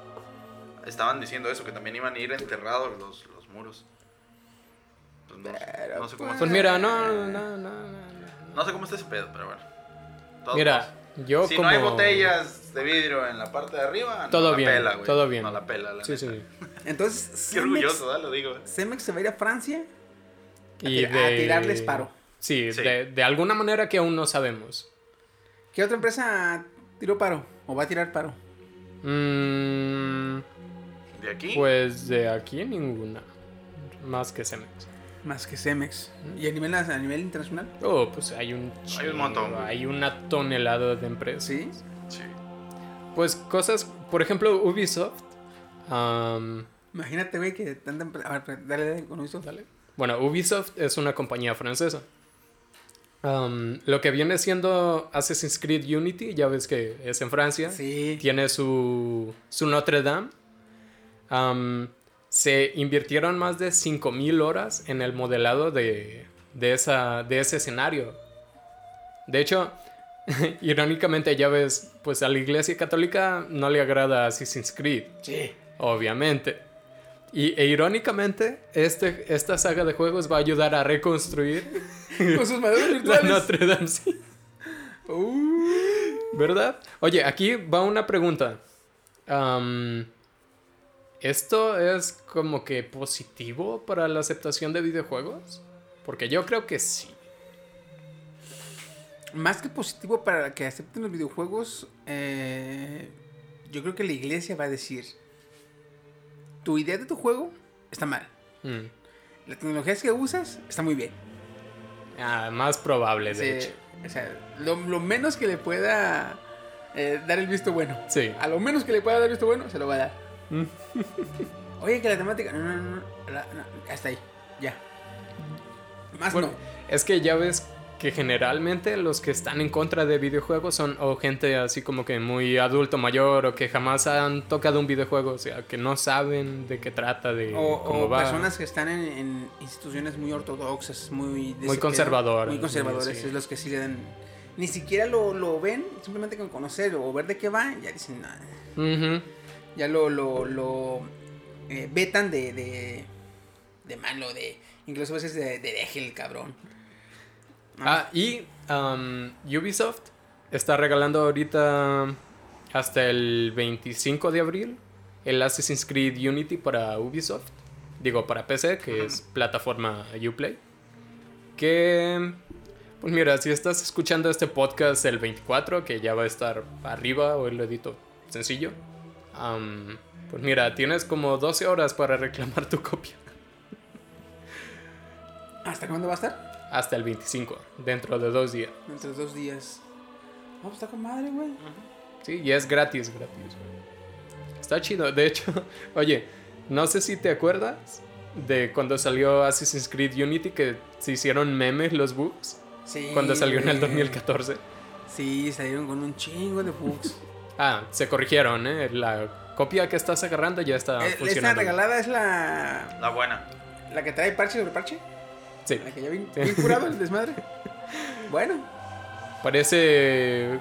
Speaker 1: Estaban diciendo eso, que también iban a ir enterrados los, los muros. Pues no, sé-
Speaker 3: Pero,
Speaker 1: no sé cómo
Speaker 2: Pues
Speaker 1: está,
Speaker 2: mira, no, no, no, no, no.
Speaker 1: no sé cómo está ese pedo, pero bueno. Todos
Speaker 2: Mira, yo
Speaker 1: si
Speaker 2: como...
Speaker 1: no hay botellas de vidrio en la parte de arriba,
Speaker 2: Todo
Speaker 1: no la
Speaker 2: bien,
Speaker 1: pela, güey.
Speaker 2: todo bien.
Speaker 1: No la pela, la
Speaker 2: Sí,
Speaker 1: neta.
Speaker 2: sí.
Speaker 3: Entonces,
Speaker 1: Qué
Speaker 3: Cemex-
Speaker 1: orgulloso, ¿eh? lo digo.
Speaker 3: Cemex se va a ir a Francia
Speaker 2: y
Speaker 3: tira- a tirarles paro.
Speaker 2: Sí,
Speaker 1: Sí.
Speaker 2: De, de alguna manera que aún no sabemos.
Speaker 3: ¿Qué otra empresa tiró paro? ¿O va a tirar paro?
Speaker 2: Mm,
Speaker 1: De aquí,
Speaker 2: pues de aquí ninguna. Más que Cemex.
Speaker 3: Más que Cemex. ¿Y a nivel, a nivel internacional?
Speaker 2: Oh, pues hay un...
Speaker 1: Hay un montón.
Speaker 2: chingo, Hay una tonelada de empresas.
Speaker 3: Sí.
Speaker 1: sí.
Speaker 2: Pues cosas... Por ejemplo, Ubisoft. am,
Speaker 3: Imagínate, güey, que tanta empresa. A ver, dale, dale, con eso.
Speaker 2: dale. Bueno, Ubisoft es una compañía francesa. um, lo que viene siendo Assassin's Creed Unity, ya ves que es en Francia,
Speaker 3: Sí.
Speaker 2: tiene su, su Notre Dame. Am, se invirtieron más de 5.000 horas en el modelado de, de, esa, de ese escenario. De hecho, irónicamente ya ves, pues a la Iglesia Católica no le agrada Assassin's Creed,
Speaker 3: Sí.
Speaker 2: obviamente. Y e irónicamente, este, esta saga de juegos va a ayudar a reconstruir
Speaker 3: Con sus maderas
Speaker 2: la
Speaker 3: virtuales. Uh.
Speaker 2: Notre Dame, sí. ¿Verdad? Oye, aquí va una pregunta. Am, ¿Esto es como que positivo para la aceptación de videojuegos? Porque yo creo que sí.
Speaker 3: Más que positivo para que acepten los videojuegos, eh, yo creo que la iglesia va a decir, tu idea de tu juego está mal.
Speaker 2: Mm.
Speaker 3: Las tecnologías que usas está muy bien.
Speaker 2: Ah, más probable, de
Speaker 3: Sí,
Speaker 2: hecho.
Speaker 3: o sea, lo, lo menos que le pueda eh, dar el visto bueno.
Speaker 2: Sí.
Speaker 3: A lo menos que le pueda dar el visto bueno, se lo va a dar.
Speaker 2: Mm.
Speaker 3: Oye, que la temática... No, no, no, la- no, hasta ahí. Ya. Más
Speaker 2: Bueno,
Speaker 3: no.
Speaker 2: es que ya ves que generalmente los que están en contra de videojuegos son o gente así como que muy adulto mayor o que jamás han tocado un videojuego, o sea, que no saben de qué trata, de
Speaker 3: O, o
Speaker 2: cómo eh, va.
Speaker 3: personas que están en, en instituciones muy ortodoxas, muy... de
Speaker 2: Muy
Speaker 3: ese
Speaker 2: conservadoras,
Speaker 3: pedo, Muy conservadoras,
Speaker 2: sí.
Speaker 3: es los que sí le dan... Ni siquiera lo, lo ven, simplemente con conocer o ver de qué va, ya dicen, "Nah,
Speaker 2: Ujú.
Speaker 3: ya lo, lo, lo eh, vetan de, de, de malo, de incluso a veces de, de deje el cabrón.
Speaker 2: Ah, y um, Ubisoft está regalando ahorita hasta el 25 de abril el Assassin's Creed Unity para Ubisoft. Digo, para PC, que es plataforma Uplay. Que, pues mira, si estás escuchando este podcast el 24, que ya va a estar arriba, hoy lo edito sencillo. am, pues mira, tienes como 12 horas para reclamar tu copia.
Speaker 3: ¿Hasta cuándo va a estar?
Speaker 2: Hasta el 25, dentro de dos días.
Speaker 3: Dentro de dos días. No, pues está con madre, güey.
Speaker 2: Sí, y es gratis, gratis. güey. Está chido. De hecho, oye, no sé si te acuerdas de cuando salió Assassin's Creed Unity que se hicieron memes los bugs
Speaker 3: Sí.
Speaker 2: cuando salió en el
Speaker 3: güey.
Speaker 2: 2014.
Speaker 3: Sí, salieron con un chingo de bugs.
Speaker 2: Ah, se corrigieron, ¿eh? La copia que estás agarrando ya está
Speaker 3: Eh, esta
Speaker 2: funcionando.
Speaker 3: regalada es la,
Speaker 1: La buena.
Speaker 3: la que trae parche sobre parche.
Speaker 2: Sí,
Speaker 3: La que ya vi, vi curado el desmadre. Bueno,
Speaker 2: parece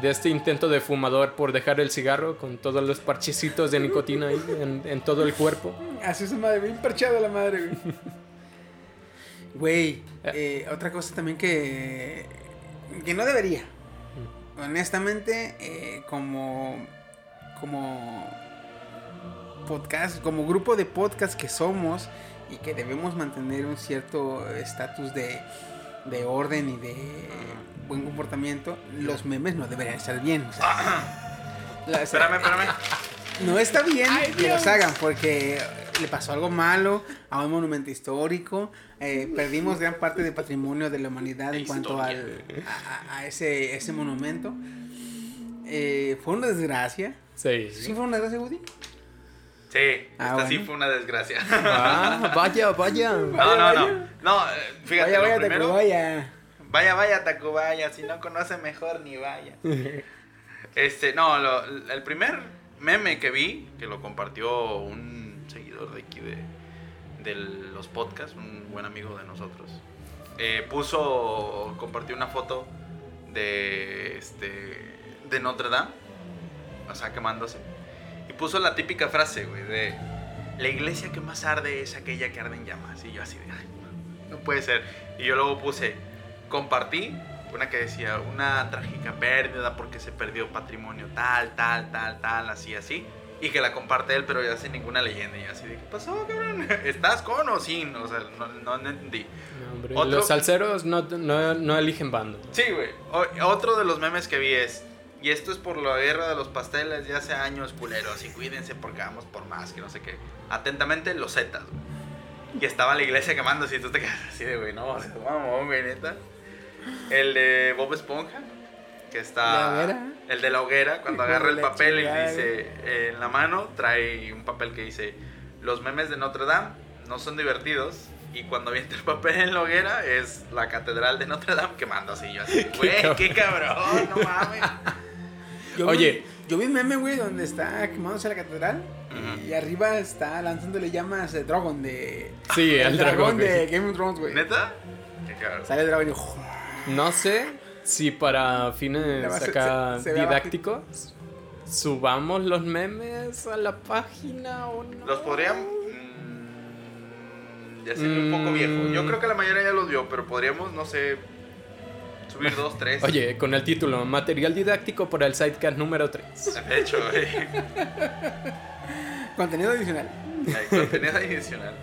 Speaker 2: de este intento de fumador por dejar el cigarro con todos los parchecitos de nicotina ahí en, en todo el cuerpo.
Speaker 3: Así es su madre, bien parchada la madre, güey. Güey, eh, otra cosa también que. que no debería. Honestamente, eh, como. como. podcast, como grupo de podcast que somos y que debemos mantener un cierto estatus de. de orden y de. buen comportamiento, los memes no deberían estar bien. o sea. La- o sea,
Speaker 1: Espérame, espérame.
Speaker 3: no está bien que los hagan porque le pasó algo malo a un monumento histórico. eh, perdimos gran parte del patrimonio de la humanidad en cuanto al, a, a- a ese, ese monumento. Eh, fue una desgracia.
Speaker 2: Sí.
Speaker 3: ¿Sí fue una desgracia, Woody?
Speaker 1: Sí,
Speaker 3: Ah,
Speaker 1: esta sí
Speaker 3: bueno.
Speaker 1: fue una desgracia.
Speaker 2: Ah, vaya, vaya.
Speaker 1: No, no, no. No, eh, fíjate,
Speaker 3: vaya,
Speaker 1: lo
Speaker 3: vaya,
Speaker 1: primero-
Speaker 3: Tacubaya.
Speaker 1: Vaya, vaya, Tacubaya. Si no conoce mejor, ni vaya. Este, no, lo- el primer meme que vi, que lo compartió un seguidor de aquí de, de los podcasts, un buen amigo de nosotros, eh, puso, compartió una foto de, este, de Notre Dame, o sea, quemándose, y puso la típica frase, güey, de la iglesia que más arde es aquella que arde en llamas, y yo así de, "Ay, no puede ser, y yo luego puse, compartí una que decía una trágica pérdida porque se perdió patrimonio tal, tal, tal, tal, así, así. Y que la comparte él, pero ya sin ninguna leyenda. Y yo así de, ¿qué pasó, cabrón? ¿Estás con o sin? O sea, no, no, no entendí.
Speaker 2: No, hombre,
Speaker 1: Otro-
Speaker 2: Los salseros no, no, no eligen bando.
Speaker 1: Sí, güey. O- Otro de los memes que vi es, y esto es por la guerra de los pasteles de hace años, culeros, y cuídense porque vamos por más, que no sé qué. Atentamente, los Zetas, güey. Y estaba la iglesia quemándose y tú te quedas así de, güey, no, o sea, vamos, güey, neta. El de Bob Esponja, que
Speaker 3: La
Speaker 1: está...
Speaker 3: hoguera.
Speaker 1: el de la hoguera, cuando
Speaker 3: Hijo
Speaker 1: agarra
Speaker 3: de
Speaker 1: el
Speaker 3: la
Speaker 1: papel
Speaker 3: chingada,
Speaker 1: y dice, eh, en la mano, trae un papel que dice, los memes de Notre Dame no son divertidos, Y cuando avienta el papel en la hoguera es la catedral de Notre Dame quemando así. Yo así, güey,
Speaker 2: cabrón.
Speaker 1: qué cabrón, no mames.
Speaker 3: Yo
Speaker 2: Oye.
Speaker 3: Vi, yo vi un meme, güey, donde está quemándose la catedral. Y arriba está lanzándole llamas eh, Dragon de.
Speaker 2: Sí, el, dragón. güey.
Speaker 3: de Game of Thrones, güey.
Speaker 1: ¿Neta? Qué cabrón.
Speaker 3: Sale el dragón y. ¡jo!
Speaker 2: No sé si para fines
Speaker 3: Le va a- se-
Speaker 2: acá
Speaker 3: se- se ve
Speaker 2: didácticos subamos los memes a la página o no.
Speaker 1: Los podrían. mm, Ya sé, un poco
Speaker 2: Mm.
Speaker 1: viejo. Yo creo que la mayoría ya los vio, pero podríamos, no sé, subir dos, tres.
Speaker 2: Oye, con el título Material didáctico para el sidecast número 3.
Speaker 1: De hecho, güey.
Speaker 3: Contenido adicional.
Speaker 1: Ahí, Contenido adicional.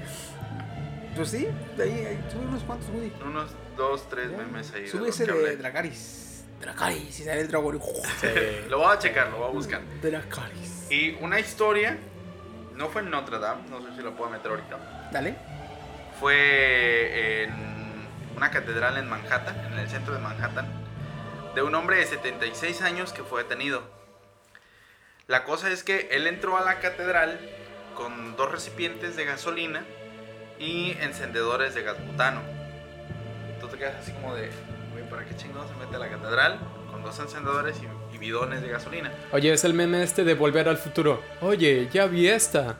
Speaker 3: Pues sí, de ahí, ahí sube unos cuantos, Woody.
Speaker 1: Unos dos, tres memes ahí. de
Speaker 3: Sube
Speaker 1: los
Speaker 3: ese
Speaker 1: que
Speaker 3: de
Speaker 1: hablé.
Speaker 3: Dracaris. Dracaris, y sale el dragón y. ¡jo!
Speaker 1: Lo voy a checar, lo voy a buscar.
Speaker 3: Dracaris.
Speaker 1: Y una historia, no fue en Notre Dame, no sé si lo puedo meter ahorita.
Speaker 3: Dale.
Speaker 1: Fue en una catedral en Manhattan, en el centro de Manhattan, de un hombre de 76 años que fue detenido. La cosa es que él entró a la catedral con dos recipientes de gasolina y encendedores de gas butano. Tú te quedas así como de, güey, ¿para qué chingados se mete a la catedral con dos encendedores y- y bidones de gasolina?
Speaker 2: Oye, es el meme este de Volver al Futuro. Oye, ya vi esta.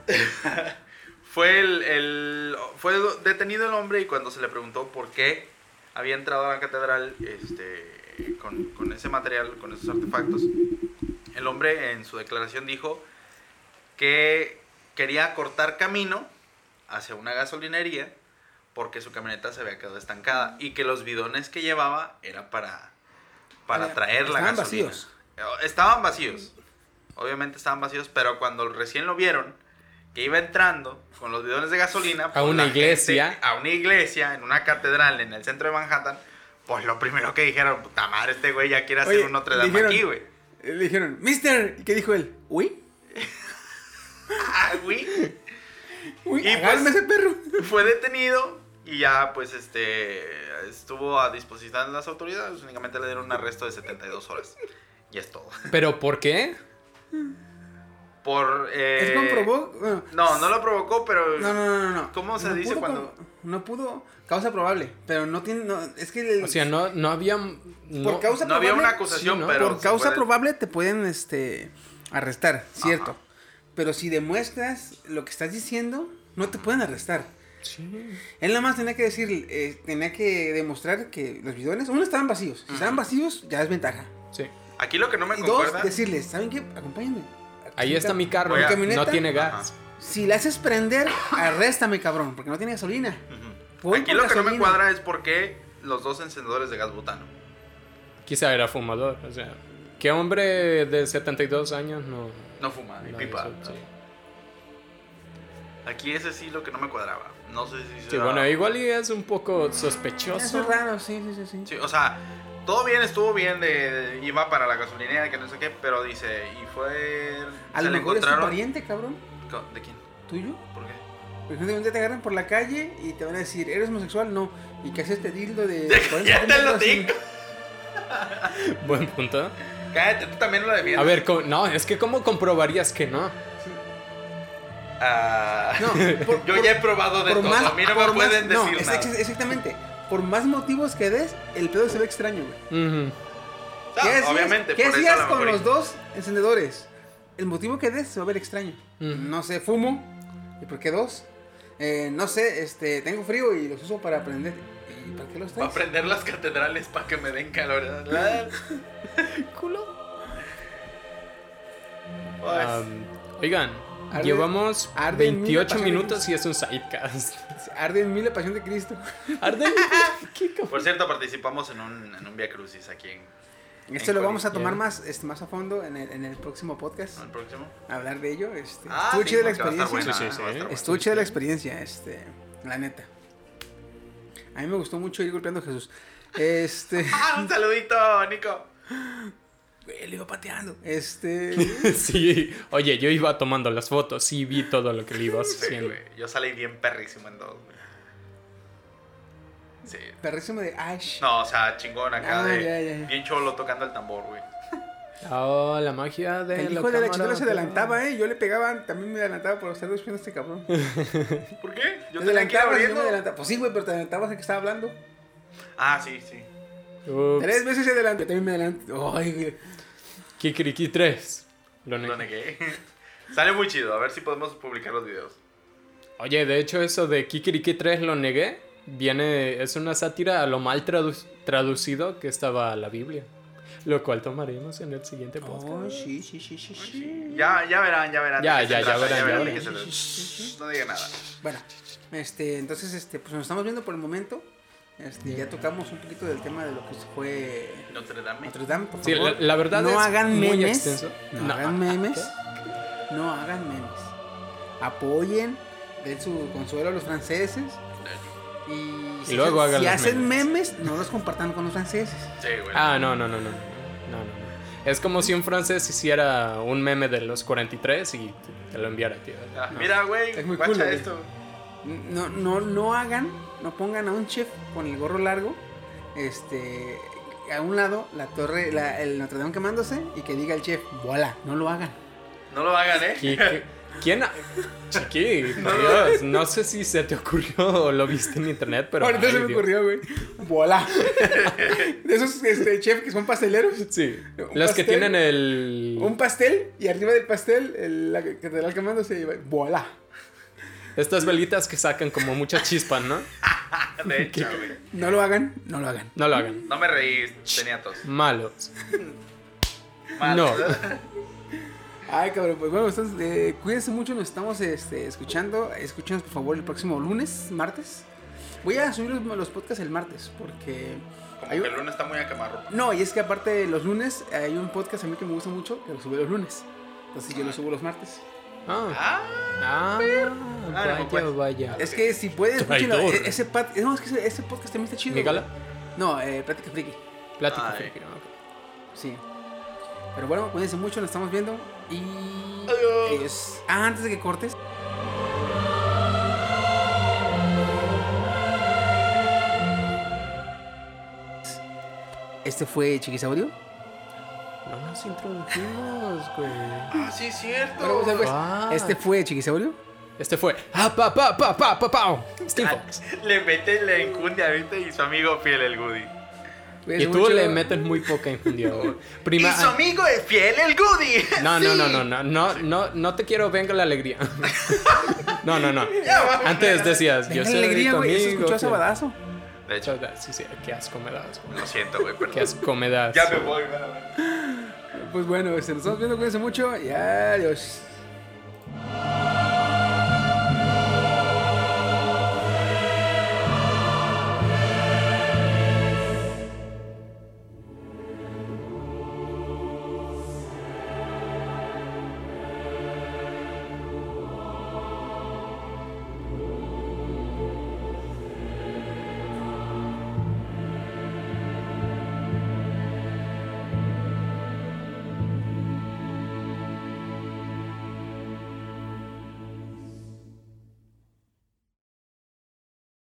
Speaker 1: Fue el, el- fue detenido el hombre y cuando se le preguntó por qué había entrado a la catedral este, con, con ese material, con esos artefactos, el hombre en su declaración dijo que quería cortar camino hacia una gasolinería porque su camioneta se había quedado estancada y que los bidones que llevaba era para, para
Speaker 3: Para-
Speaker 1: traer la
Speaker 3: estaban
Speaker 1: gasolina.
Speaker 3: vacíos.
Speaker 1: Eh, Estaban vacíos. Obviamente estaban vacíos, pero cuando recién lo vieron, que iba entrando con los bidones de gasolina pues,
Speaker 2: una
Speaker 1: la
Speaker 2: iglesia.
Speaker 1: gente- a una iglesia en una catedral en el centro de Manhattan, pues lo primero que dijeron, puta madre, este güey ya quiere hacer
Speaker 3: Oye,
Speaker 1: un Notre Dame
Speaker 3: dijeron- eh,
Speaker 1: aquí, güey.
Speaker 3: Le dijeron, Mister. ¿Y qué dijo él? ¿Uy?
Speaker 1: Ah, güey.
Speaker 3: ¿Uy?
Speaker 1: Y
Speaker 3: agárrame
Speaker 1: pues-
Speaker 3: ese perro!
Speaker 1: Fue detenido y ya pues este estuvo a disposición de las autoridades, únicamente le dieron un arresto de 72 horas. Y es todo.
Speaker 2: ¿Pero por qué?
Speaker 1: Por eh,
Speaker 3: es comprobó. bueno,
Speaker 1: No, no lo provocó, pero
Speaker 3: No, no, no, no, no.
Speaker 1: ¿Cómo se
Speaker 3: No
Speaker 1: dice
Speaker 3: pudo
Speaker 1: cuando-
Speaker 3: con- No pudo. Causa probable. Pero no tiene. no, es que. el-
Speaker 2: O sea, no, no había... no-
Speaker 3: Por causa
Speaker 1: no había
Speaker 3: probable,
Speaker 1: una acusación,
Speaker 2: sí, ¿no?
Speaker 1: pero
Speaker 3: por
Speaker 1: se
Speaker 3: causa
Speaker 1: puede-
Speaker 3: probable te pueden este arrestar, cierto. Pero si demuestras lo que estás diciendo, no te pueden arrestar.
Speaker 2: Sí.
Speaker 3: Él nada más tenía que decir, eh, tenía que demostrar que los bidones, uno, estaban vacíos. Si estaban vacíos, ya es ventaja.
Speaker 2: Sí.
Speaker 1: Aquí lo que no me
Speaker 3: Y dos,
Speaker 1: concuerda
Speaker 3: decirles, ¿saben qué? Acompáñenme.
Speaker 2: Ahí está mi carro.
Speaker 1: Oiga,
Speaker 2: No
Speaker 3: camioneta.
Speaker 2: tiene
Speaker 1: Ajá.
Speaker 2: gas.
Speaker 3: Si la haces prender, arréstame, cabrón, porque no tiene gasolina. Voy
Speaker 1: Aquí lo
Speaker 3: por
Speaker 1: que no me
Speaker 3: gasolina.
Speaker 1: cuadra es por qué los dos encendedores de gas butano.
Speaker 2: Quizá era fumador. O sea, ¿qué hombre de 72 años no...
Speaker 1: No fuma, ni
Speaker 2: no
Speaker 1: pipa.
Speaker 2: hizo- sí.
Speaker 1: Aquí ese sí lo que no me cuadraba. No sé si
Speaker 2: Sí,
Speaker 1: sea-
Speaker 2: bueno, igual y es un poco
Speaker 3: Eso
Speaker 2: sospechoso.
Speaker 3: es raro, sí, sí, sí. sí.
Speaker 1: Sí, o sea, todo bien, estuvo bien, de, iba para la gasolinera, que no sé qué, pero dice, y fue...
Speaker 3: A
Speaker 1: se
Speaker 3: lo
Speaker 1: le
Speaker 3: mejor es tu
Speaker 1: encontraron-
Speaker 3: pariente, cabrón,
Speaker 1: Co- ¿De quién?
Speaker 3: tuyo.
Speaker 1: ¿Por qué?
Speaker 3: Evidentemente te agarran por la calle y te van a decir, ¿eres homosexual? No. ¿Y qué haces este dildo de.?
Speaker 1: ¡Ya
Speaker 3: 40
Speaker 1: te lo
Speaker 3: centímetros?
Speaker 1: digo!
Speaker 2: Buen punto.
Speaker 1: Cállate, tú también lo defiendes.
Speaker 2: A ver, co- no, es que ¿cómo comprobarías que no?
Speaker 1: Ah,
Speaker 3: No, por-
Speaker 1: yo
Speaker 3: por-
Speaker 1: ya he probado de
Speaker 3: Por
Speaker 1: todo,
Speaker 3: más,
Speaker 1: a mí no
Speaker 3: por
Speaker 1: me
Speaker 3: más-
Speaker 1: pueden
Speaker 3: no,
Speaker 1: decir
Speaker 3: es-
Speaker 1: nada.
Speaker 3: ex- exactamente. Por más motivos que des, el pedo se ve extraño, güey.
Speaker 2: Ujú.
Speaker 1: Ah,
Speaker 3: ¿Qué hacías-
Speaker 1: obviamente,
Speaker 3: ¿Qué
Speaker 1: por eso a
Speaker 3: hacías
Speaker 1: lo
Speaker 3: con
Speaker 1: mejor-
Speaker 3: los dos encendedores? El motivo que des se va a ver extraño.
Speaker 2: Mm.
Speaker 3: No sé, fumo. ¿Y por qué dos? Eh, no sé, este, tengo frío y los uso para aprender. ¿Y para qué los
Speaker 1: Para
Speaker 3: traes?
Speaker 1: prender las catedrales para que me den calor. ¿verdad? Pues,
Speaker 2: Um, oigan,
Speaker 3: Arde-
Speaker 2: llevamos
Speaker 3: arde en mí la
Speaker 2: 28
Speaker 3: pasión de
Speaker 2: minutos y es un sidecast.
Speaker 3: Arde en mí la pasión de Cristo.
Speaker 2: Arde en mí- ¿Qué co-
Speaker 1: Por cierto, participamos en un, en un Via Crucis aquí en,
Speaker 3: Esto lo vamos a tomar
Speaker 2: Bien.
Speaker 3: más, este, más a fondo en el, en el próximo podcast.
Speaker 1: ¿no? el próximo.
Speaker 3: Hablar de ello. Este,
Speaker 1: Ah,
Speaker 3: estuvo
Speaker 1: sí,
Speaker 3: chida la
Speaker 1: porque va a estar buena,
Speaker 3: experiencia.
Speaker 2: Sí, sí, sí.
Speaker 1: va a estar buena.
Speaker 3: Estuvo chida la experiencia, este, la neta. A mí me gustó mucho ir golpeando a Jesús. Este.
Speaker 1: Ah, un saludito, Nico.
Speaker 3: güey, le iba pateando. Este.
Speaker 2: Sí, oye, yo iba tomando las fotos y vi todo lo que le ibas
Speaker 1: Sí,
Speaker 2: haciendo.
Speaker 1: güey, Yo salí bien perrísimo en dos, güey. Sí.
Speaker 3: Perrísimo de Ash.
Speaker 1: No, o sea, chingón acá
Speaker 3: Ah,
Speaker 1: de.
Speaker 3: ya, ya, ya.
Speaker 1: Bien cholo tocando el tambor, güey.
Speaker 2: Oh, la magia de
Speaker 3: El
Speaker 2: la
Speaker 3: hijo de la
Speaker 2: cámara
Speaker 3: chingada se ¿eh?
Speaker 2: atrás.
Speaker 3: adelantaba, eh. Yo le pegaba, también me adelantaba por estar despidiendo a este cabrón.
Speaker 1: ¿Por qué?
Speaker 3: Yo
Speaker 1: tenía que ir
Speaker 3: adelantabas, yo me
Speaker 1: abriendo.
Speaker 3: adelantaba. Pues sí, güey, pero te adelantabas a que estaba hablando.
Speaker 1: Ah, sí, sí.
Speaker 2: Ups.
Speaker 3: Tres veces se adelantó. Yo también me adelanto. Ay, güey.
Speaker 2: Kikiriki 3. Lo
Speaker 1: Lo
Speaker 2: negué.
Speaker 1: negué. Sale muy chido. A ver si podemos publicar los videos.
Speaker 2: Oye, de hecho, eso de Kikiriki 3 lo negué. Viene, es una sátira a lo mal tradu- traducido que estaba la Biblia. Lo cual tomaremos en el siguiente
Speaker 3: Oh,
Speaker 2: podcast.
Speaker 3: sí, sí, sí, sí, sí.
Speaker 1: Ya, ya verán, ya verán. de
Speaker 2: Ya,
Speaker 1: qué se
Speaker 2: ya, ya
Speaker 1: trata,
Speaker 2: verán, ya
Speaker 1: de
Speaker 2: verán.
Speaker 1: qué se trata. Shh, No diga nada.
Speaker 3: Bueno, este, entonces, este, pues nos estamos viendo por el momento. Este, ya tocamos un poquito del tema de lo que fue
Speaker 1: Notre Dame.
Speaker 3: Notre Dame, por
Speaker 2: Sí, la,
Speaker 3: favor.
Speaker 2: la verdad
Speaker 3: no
Speaker 2: es
Speaker 3: hagan
Speaker 2: muy
Speaker 3: memes,
Speaker 2: extenso. ah,
Speaker 3: No, hagan memes. No hagan memes. Apoyen, den su consuelo a los franceses. Y si,
Speaker 2: luego hagan
Speaker 3: si
Speaker 2: los
Speaker 3: hacen memes. no los compartan con los franceses.
Speaker 1: Sí, güey.
Speaker 2: Ah, no, no, no, no, no, no, no, no. Es como si un francés hiciera un meme de los 43 y te lo enviara a ti.
Speaker 1: Ah, Mira, güey.
Speaker 3: Es muy
Speaker 1: guacha
Speaker 3: cool, güey.
Speaker 1: esto.
Speaker 3: No, no, no hagan, no pongan a un chef con el gorro largo, este, a un lado la torre, la, el Notre Dame quemándose y que diga el chef, voilà, no lo hagan.
Speaker 1: No lo hagan, ¿eh?
Speaker 2: Qui- qui- ¿Quién? ha- Chiqui, por Dios, no sé si se te ocurrió o lo viste en internet, pero.
Speaker 3: Ahorita
Speaker 2: ay,
Speaker 3: se me
Speaker 2: Dios.
Speaker 3: ocurrió, güey, voilà. De esos este, chefs que son pasteleros.
Speaker 2: Sí.
Speaker 3: Un
Speaker 2: Los que
Speaker 3: pastel.
Speaker 2: tienen el.
Speaker 3: Un pastel y arriba del pastel el- la catedral quemándose y va, voilà.
Speaker 2: Estas velitas que sacan como mucha chispa, ¿no?
Speaker 1: De hecho, güey.
Speaker 3: No lo hagan, no lo hagan.
Speaker 2: No lo hagan.
Speaker 1: No me reí, tenía tos.
Speaker 2: Malos.
Speaker 1: Mal.
Speaker 2: No.
Speaker 3: Ay, cabrón, pues bueno, entonces, eh, cuídense mucho, nos estamos este, escuchando. Escúchenos, por favor, el próximo lunes, martes. Voy a subir los, los podcasts el martes, porque...
Speaker 1: Como
Speaker 3: hay
Speaker 1: que
Speaker 3: un-
Speaker 1: el lunes está muy a quemarropa.
Speaker 3: No, y es que aparte los lunes, hay un podcast a mí que me gusta mucho, que lo sube los lunes. Entonces yo lo subo los martes.
Speaker 2: Ah,
Speaker 1: Ah,
Speaker 2: ah,
Speaker 1: no,
Speaker 2: vaya,
Speaker 1: pues.
Speaker 2: vaya.
Speaker 3: Es que si pueden, escúchenlo.
Speaker 2: Traidor.
Speaker 3: e- Ese, pat- no, es que ese, ese podcast también está chido. güey.
Speaker 2: Migala,
Speaker 3: No, eh, Plática Friki,
Speaker 2: plática.
Speaker 1: Ay.
Speaker 2: friki, ok.
Speaker 3: sí. Pero bueno, cuídense mucho, nos estamos viendo. Y...
Speaker 1: Adiós.
Speaker 3: Adiós. Ah, antes de que cortes. Este fue Chiquisaurio.
Speaker 2: No nos introdujimos, güey.
Speaker 1: ah, sí, es cierto.
Speaker 3: Bueno, o sea, pues,
Speaker 2: Ah.
Speaker 3: Este fue Chiquisaurio.
Speaker 2: Este fue. Ah, pa, pa, pa, pa, pa, pao. Steve
Speaker 1: Ah.
Speaker 2: Fox.
Speaker 1: Le mete la enjundia, ¿viste? Y su amigo fiel, el Goody.
Speaker 2: Y
Speaker 3: Cuídense
Speaker 2: tú
Speaker 3: mucho.
Speaker 2: le metes muy poca infundia, güey. Prima. ah,
Speaker 1: Y su amigo es fiel, el Goody.
Speaker 2: No, no,
Speaker 1: Sí.
Speaker 2: no, no, no, no, no, no te quiero, venga la alegría. No, no, no.
Speaker 1: Ya, va.
Speaker 2: Antes decías, yo
Speaker 3: Venga,
Speaker 2: soy
Speaker 3: alegría,
Speaker 2: rico
Speaker 3: güey. Eso
Speaker 2: amigo.
Speaker 3: escuchó a Sabadazo.
Speaker 1: De hecho,
Speaker 2: Sí, sí, qué asco me das, güey.
Speaker 1: lo siento, güey,
Speaker 2: Qué
Speaker 1: perdón.
Speaker 2: asco me das.
Speaker 1: Ya me voy, güey.
Speaker 3: Pues bueno, este, nos estamos viendo. Cuídense mucho. Y adiós.